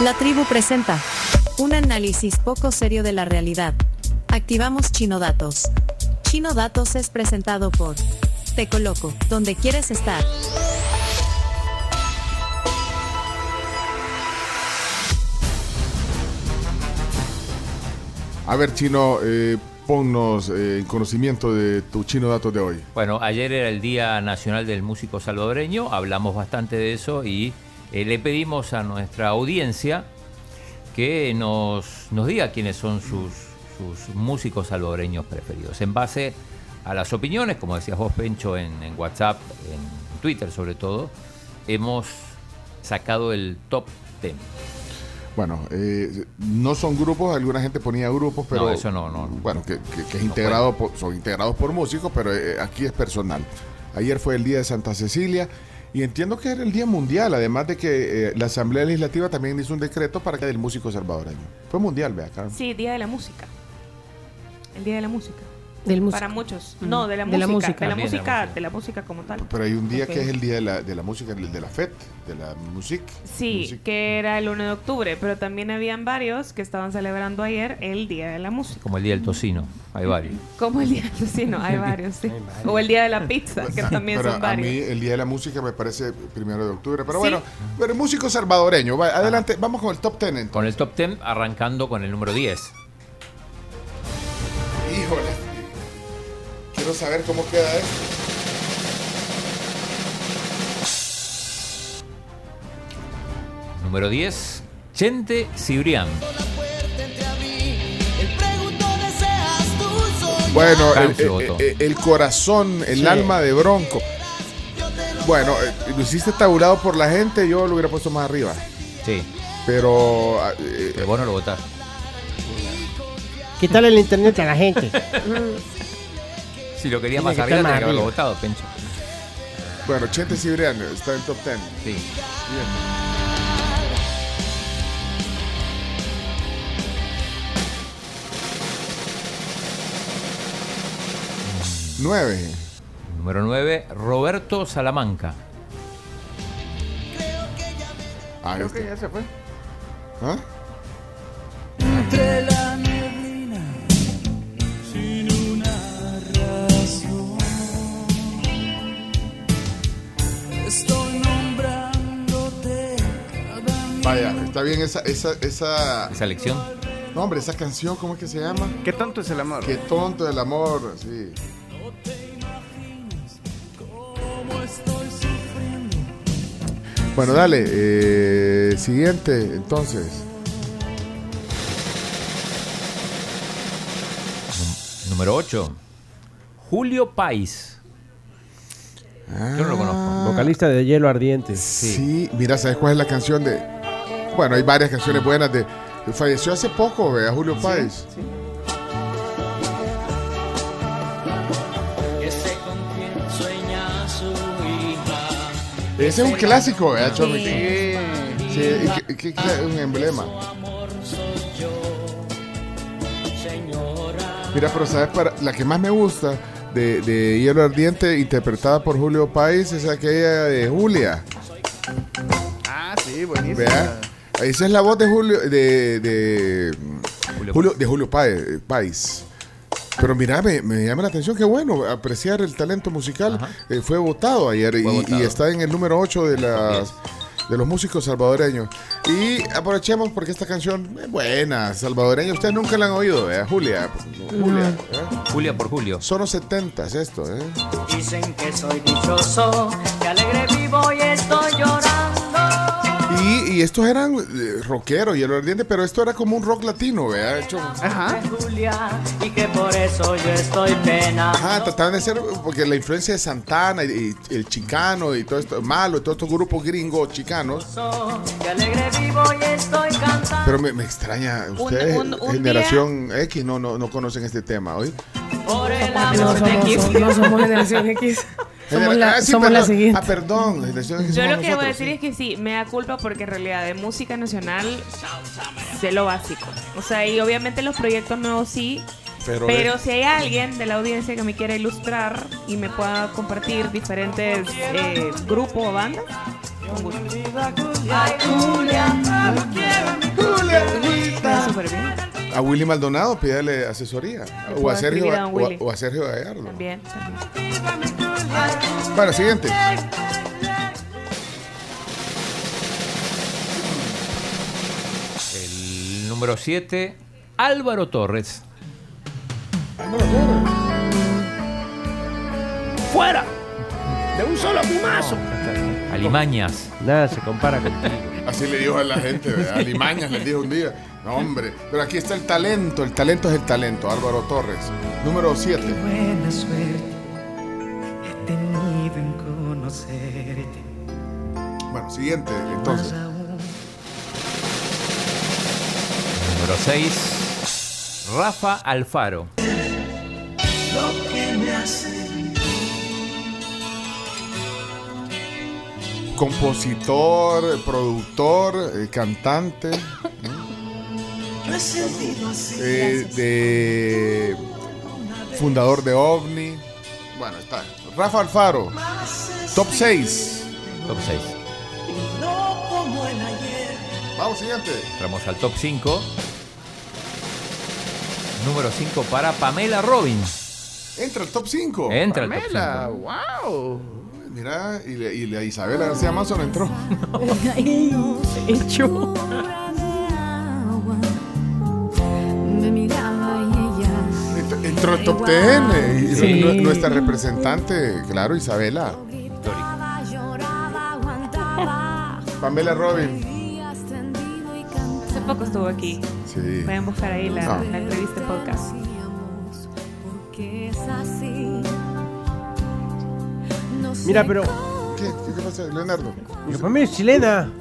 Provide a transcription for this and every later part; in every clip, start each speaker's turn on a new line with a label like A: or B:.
A: La tribu presenta un análisis poco serio de la realidad. Activamos Chino Datos. Chino Datos es presentado por Te Coloco, donde quieres estar.
B: A ver, Chino, eh, ponnos eh, en conocimiento de tu Chino Datos de hoy.
C: Bueno, ayer era el Día Nacional del Músico Salvadoreño, hablamos bastante de eso y eh, le pedimos a nuestra audiencia que nos, nos diga quiénes son sus, sus músicos salvadoreños preferidos. En base a las opiniones, como decías vos, Pencho, en, en WhatsApp, en Twitter sobre todo, hemos sacado el top 10.
B: Bueno, eh, no son grupos, alguna gente ponía grupos, pero.
C: No, eso no, no.
B: Bueno, que, que- que es integrado por- son integrados por músicos, pero eh, aquí es personal. Ayer fue el día de Santa Cecilia y entiendo que era el día mundial, además de que eh, la Asamblea Legislativa también hizo un decreto para que del músico salvadoreño. Fue mundial, vea, Carmen.
D: Sí, Día de la Música. El Día de la Música.
E: Del músico.
D: Para muchos. No, de la
E: De
D: música. De la
E: la
D: música, de la
C: También de la
D: música,
C: música.
D: como tal.
B: Pero hay un día
D: Ok.
B: que es el día de la, de la música, el de la FET, de la música.
D: Sí, que era el 1 de octubre, pero también habían varios que estaban celebrando ayer el Día de la Música.
C: Como el Día del Tocino, hay varios.
D: Como el Día del Tocino, hay varios, sí. O el Día de la Pizza, que también
B: Pues, pero
D: son
B: a mí
D: varios.
B: el día de la música me parece primero de octubre. Pero
D: Sí. Ah.
B: bueno, pero músico salvadoreño. Va, adelante, vamos con el top ten. entonces.
C: Con el top 10 arrancando con el número 10.
B: Híjole. Quiero saber cómo queda esto.
C: Número 10, Chente Cibrián.
B: Bueno, el,
C: Ramsey votó.
B: el- el corazón, el
E: Sí.
B: alma de Bronco. Bueno, eh, lo hiciste tabulado por la gente, yo lo hubiera puesto más arriba.
C: Sí,
B: Pero eh,
C: pero vos no lo votás.
E: Quítale el internet a la gente.
C: Si lo querías
E: Tiene
C: más
E: que
C: arriba, tenía
E: estar más
C: que haberlo
E: arriba.
C: votado, Pencho.
B: bueno, Chente Cibrián está en top 10.
C: Sí.
B: Nueve.
C: Número 9, Roberto Salamanca.
B: Ah, este.
F: se fue.
B: ¿Ah? Vaya, está bien esa, esa, esa,
C: Esa elección.
B: no hombre, esa canción, ¿cómo es que se llama?
F: ¿Qué tanto es el amor?
B: Qué tonto el amor, sí. Bueno, dale, eh, siguiente, entonces.
C: Número 8, Julio Pais. Yo no lo conozco.
G: Vocalista de Hielo Ardiente.
B: Sí. mira, ¿sabes cuál es la canción de...? Bueno, hay varias canciones buenas de... Falleció hace poco, vea, Julio Páez. Ese es un clásico, vea, Chomi. Sí, y que- que- que es un emblema. Mira, pero sabes, para, la que más me gusta de, de Hielo Ardiente, interpretada por Julio Páez, es aquella de Julia.
F: Ah, sí, buenísimo.
B: Vea, esa es la voz de Julio, de, de
C: Julio
B: Julio, de Julio Páez, eh, Páez. Pero mira, me, me llama la atención, qué bueno, apreciar el talento musical.
C: Ajá.
B: Eh, fue votado ayer y,
C: Fue
B: y
C: votado.
B: está en el número 8 de, las,
C: Así
B: de los músicos salvadoreños. Y aprovechemos porque esta canción es buena, salvadoreña. Ustedes nunca la han oído, ¿verdad? Julia. Julia ¿eh?
C: Julia por Julio.
B: Son los 70 esto, ¿eh?
H: Dicen que soy dichoso, que alegre vivo y estoy llorando.
B: Y, y estos eran eh, rockeros y el ardiente, pero esto era como un rock latino, ¿verdad? Hecho-
F: Ajá.
H: De Julia, y que por eso yo estoy pena.
B: Ajá, trataban de ser, porque la influencia de Santana y, y el chicano y todo esto, malo, y todos estos grupos gringos chicanos.
H: Que alegre vivo y estoy cantando.
B: Pero me, me extraña, ustedes,
D: un- un
B: generación X, no, no, no conocen este tema hoy.
H: Por el
E: No
H: amor de
E: somos,
H: Cristo.
E: no somos generación X. Somos la,
B: Ah, sí,
E: somos la
B: perdón.
E: siguiente.
B: Ah, perdón, generación X
D: Yo
B: somos
D: lo que voy a
B: nosotros,
D: decir
B: sí.
D: es que sí, me da culpa porque en realidad de música nacional sé lo básico. O sea, y obviamente los proyectos nuevos sí,
B: Pero,
D: Pero si hay alguien de la audiencia que me quiera ilustrar y me pueda compartir diferentes eh, grupos o bandas, Está súper bien.
B: A Willy Maldonado, pídale asesoría.
D: Le
B: O
D: puedo
B: a, Sergio,
D: escribir a don
B: o a-
D: Willy.
B: o a Sergio Gallardo.
D: También, también.
B: Bueno, siguiente.
C: El número 7, Álvaro Torres.
F: ¡Fuera! ¡De un solo pumazo!
C: Alimañas.
G: Nada se compara contigo.
B: Así le dijo a la gente, ¿verdad? a Limañas les dijo un día. No, hombre. Pero aquí está el talento, el talento es el talento, Álvaro Torres. Número 7.
H: Buena suerte he tenido en conocerte.
B: Bueno, siguiente,
H: Más
B: entonces.
H: aún,
C: Número 6, Rafa Alfaro.
B: Compositor, productor, eh, cantante. Eh, de fundador de OVNI. Bueno, está. Rafa Alfaro. Top 6.
C: Top 6.
B: Vamos, siguiente.
C: Entramos al top 5. Número 5 para Pamela Robin.
B: Entra el top 5.
C: Entra al top
F: ¡Pamela!
C: 5.
F: ¡Wow!
B: Mira, y, la- y la Isabela García Manso no entró.
D: Hecho.
I: Me miraba y ella
B: Ent- Entró el top 10. Y
C: Sí.
B: nu- nuestra representante, claro, Isabela.
I: gritaba, lloraba, aguantaba.
B: Pamela Robin.
I: Días tendido y cantaba.
D: Hace poco estuvo aquí.
B: Sí.
D: Pueden buscar ahí la,
B: Ah.
D: la entrevista en podcast.
I: Hacíamos, porque es así. No sé
G: Mira, pero.
B: ¿Qué, qué- qué pasa, Leonardo?
G: Mi familia es chilena.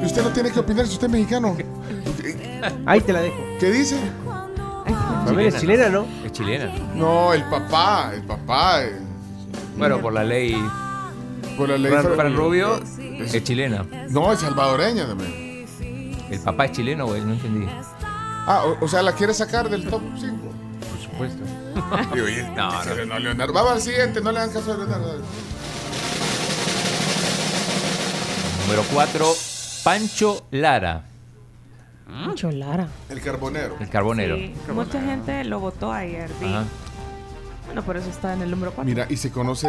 B: Y usted no tiene que opinar si usted es mexicano.
G: Ahí te la dejo.
B: ¿Qué dice?
G: Mi familia es chilena, ¿no?
C: Es chilena.
B: No, el papá, el papá. eh,
C: Bueno, por la ley
B: por la ley
C: Fran,
B: fra-
C: Fran Rubio es chilena.
B: No, es salvadoreña también.
C: ¿El papá es chileno o él? No entendí.
B: Ah, o, o sea, la quiere sacar del top 5.
G: Por supuesto.
C: No, no.
B: No, Leonardo. Vamos al siguiente, no le dan caso a Leonardo.
C: Número 4, Pancho Lara,
E: Mucho Lara.
B: El carbonero.
C: el carbonero.
D: Sí, Mucha gente lo votó ayer. vi.
C: Ajá.
D: Bueno, por eso está en el número 4.
B: Mira, y se conoce,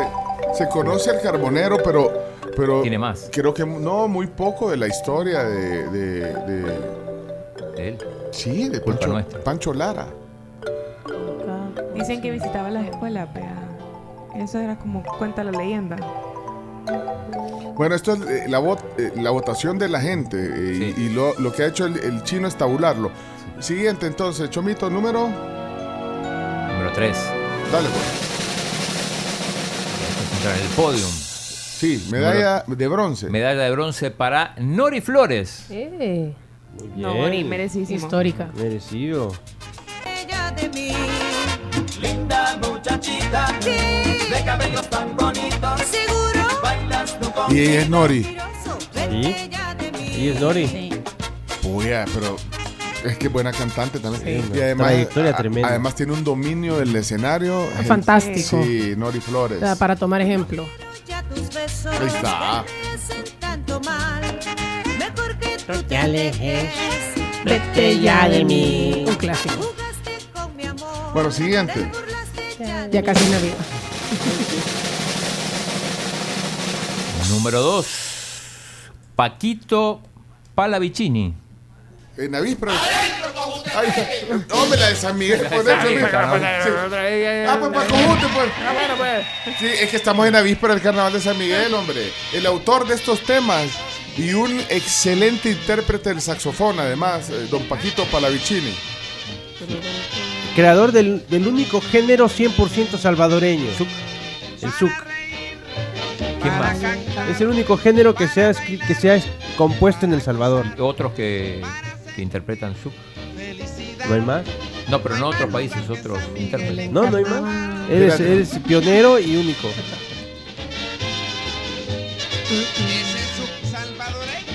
B: se conoce al carbonero, pero, pero.
C: Tiene más.
B: Creo que no, muy poco de la historia de. de, de-
C: Él.
B: sí, de
C: Culpa
B: Pancho,
C: nuestra.
B: Pancho Lara.
D: Ah, Dicen que visitaba las escuelas, pero eso era como cuenta la leyenda.
B: Bueno, esto es eh, la, vot- eh, la votación de la gente eh,
C: Sí.
B: y, y lo, lo que ha hecho el, el chino es tabularlo. Siguiente, entonces, Chomito, número.
C: Número 3.
B: Dale, pues.
C: Entrar en el podium.
B: Sí, medalla de bronce.
C: Medalla de bronce para Nori Flores.
E: Eh,
D: No, Ori, merecidísimo.
E: histórica.
G: Merecido.
B: Y ella es Nori.
G: ¿Sí? ¿Y es Nori?
B: Puya, pero es que buena cantante también.
G: Sí,
B: y
G: una
B: además,
G: trayectoria
B: a-
G: tremenda.
B: además tiene un dominio del escenario.
E: Fantástico.
B: Sí, Nori Flores.
E: O sea, para tomar ejemplo.
B: Ahí está.
E: Vete ya de mí. Un clásico.
B: Bueno, siguiente.
E: Ya casi Navidad.
C: Número 2, Paquito Palavicini.
B: En la víspera. Eh, Ay, hombre, la de San Miguel. por eso, mira. Sí. Ah, pues para conjunto, pues. Sí, es que estamos en la víspera del carnaval de San Miguel, hombre. El autor de estos temas y un excelente intérprete del saxofón, además, eh, don Paquito Palavicini.
G: Creador del, del único género 100% salvadoreño. El Zuc.
C: ¿Quién más?
G: Es el único género que se ha, escri- que se ha es- compuesto en El Salvador.
C: Otros que, que interpretan su.
G: ¿No hay más?
C: No, pero no otros países, otros intérpretes.
G: No, no hay más. Eres,
B: Espérate.
G: eres pionero y único.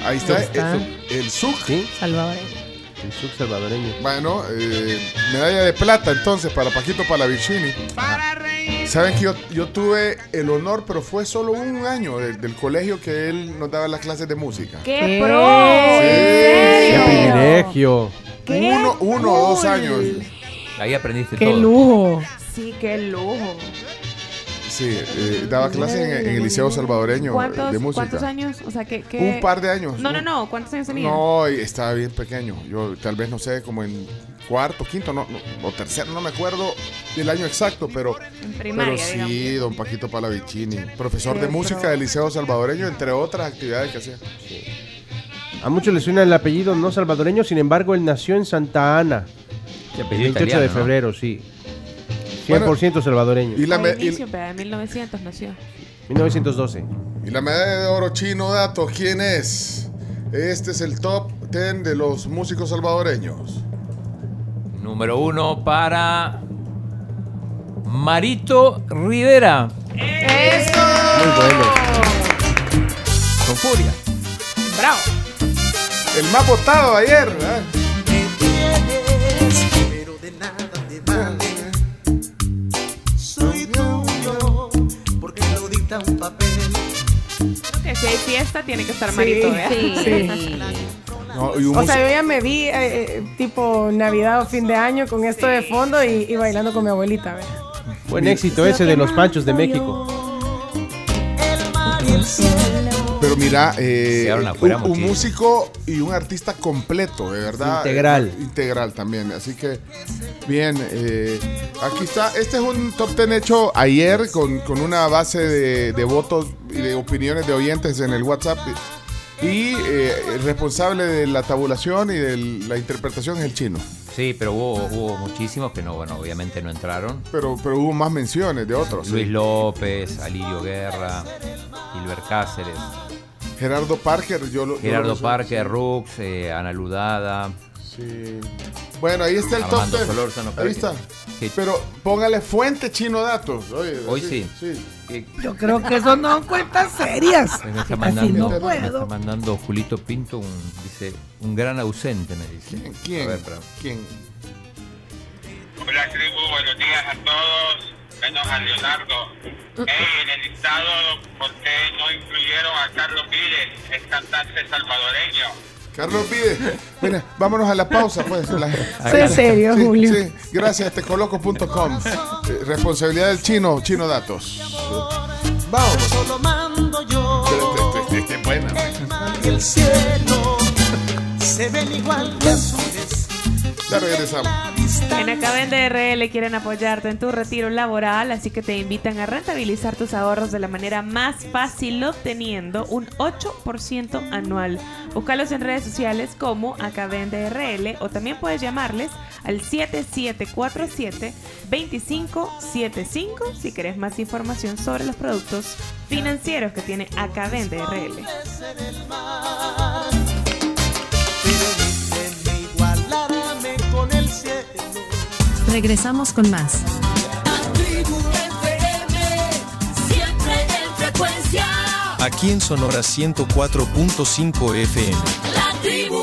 B: Ahí está,
E: Ahí está.
B: el- el Zuc.
G: ¿Sí?
E: Salvador.
G: El Zuc salvadoreño.
B: Bueno, eh, medalla de plata entonces para Paquito Palavicini.
F: Para reír.
B: Saben que yo, yo tuve el honor, pero fue solo un año de- del colegio que él nos daba las clases de música.
D: ¡Qué
E: ¿Qué?
D: pro!
G: ¡Qué
D: ¿En serio?
G: privilegio!
D: ¡Qué
B: uno uno o dos
D: cool!
B: años.
C: Ahí aprendiste
E: ¡Qué
C: todo.
E: lujo!
D: Sí, qué lujo.
B: Sí, eh, daba clases en, en el Liceo Salvadoreño eh,
D: ¿Cuántos,
B: de música.
D: ¿Cuántos años? O sea, ¿qué, qué-
B: Un par de años.
D: No, no, no. ¿Cuántos años tenía?
B: No, y estaba bien pequeño. Yo tal vez no sé, como en cuarto, quinto, no, no, o tercero, no me acuerdo del año exacto, pero,
D: en
B: pero
D: primaria, digamos.
B: sí, don Paquito Palavicini, profesor de
D: Qué
B: música
D: pro.
B: del Liceo Salvadoreño, entre otras actividades que hacía.
G: A muchos les suena el apellido no salvadoreño, sin embargo, él nació en Santa Ana,
C: Qué
G: el
C: apellido
G: 28 de
C: italiano, ¿no?
G: febrero, sí. 100%
B: Bueno,
G: salvadoreño.
B: Y la, me-
D: Al
B: y-
D: inicio, pero en 1900 nació.
G: 1912.
B: y la medalla de oro chino dato, ¿quién es? Este es el top 10 de los músicos salvadoreños.
C: Número uno para Marito Rivera.
G: Muy bueno.
C: Con furia.
D: ¡Bravo!
B: El más votado ayer, ¿verdad?
J: me tienes, pero de nada te vale. Soy tuyo, porque lo dicta un papel.
D: Creo que si hay fiesta, tiene que estar marito, ¿verdad?
E: Sí.
B: No, y un
E: O sea,
B: músico-
E: yo ya me vi eh, eh, tipo Navidad o fin de año con esto de fondo y, y bailando con mi abuelita. ¿ve?
G: Buen éxito ese de los Panchos de México.
B: Pero mira, eh,
C: Se abren afuera
B: un, un
C: mochila.
B: músico y un artista completo, de verdad.
G: Integral.
B: Eh, integral también. Así que, bien, eh, aquí está. Este es un top ten hecho ayer con, con una base de, de votos y de opiniones de oyentes en el WhatsApp. Y eh, el responsable de la tabulación y de la interpretación es el chino.
C: Sí, pero hubo, hubo muchísimos que no, bueno, obviamente no entraron.
B: Pero, pero hubo más menciones de otros.
C: Luis López, Alirio Guerra, Gilbert Cáceres,
B: Gerardo Parker, yo lo. yo lo
C: Gerardo
B: mencioné.
C: Parque, Rux, eh, Ana Ludada.
B: Sí. Bueno, ahí está el top
C: Armando
B: 10.
C: Solórzano,
B: Ahí
C: pero-
B: está.
C: que-
B: Pero póngale fuente chino datos. Oye,
C: Hoy
B: así,
C: que-
E: Yo creo que eso no son cuentas serias.
B: Ah,
C: Me está,
E: no
C: mandando, me
E: puedo.
C: está mandando Julito Pinto un, dice, un gran ausente, me dice.
B: ¿Quién? ¿Quién?
C: A ver, para-
B: ¿Quién?
K: Hola tribu, buenos días a todos, menos a Leonardo. Ey, en el listado, ¿por qué no incluyeron a Carlos Vives, el cantante salvadoreño?
B: Carlos pide. Bueno, vámonos a la pausa, pues. La-
E: Sé serio,
B: Sí,
E: Julio.
B: sí. gracias, tecoloco.com. Eh, responsabilidad del chino, chino datos. Vamos.
J: Solo mando yo.
B: Qué buena.
J: Y el cielo se ven igual de azules.
B: Ya regresamos.
D: En Acaben de RL quieren apoyarte en tu retiro laboral, así que te invitan a rentabilizar tus ahorros de la manera más fácil obteniendo un 8% anual. Búscalos en redes sociales como Acaben de RL o también puedes llamarles al 7747-2575 si querés más información sobre los productos financieros que tiene Acaben de RL.
J: Pero díceme igualarme con el cielo.
A: Regresamos con más.
J: Frecuencia,
K: Aquí en Sonora 104.5 FM.
J: la tribu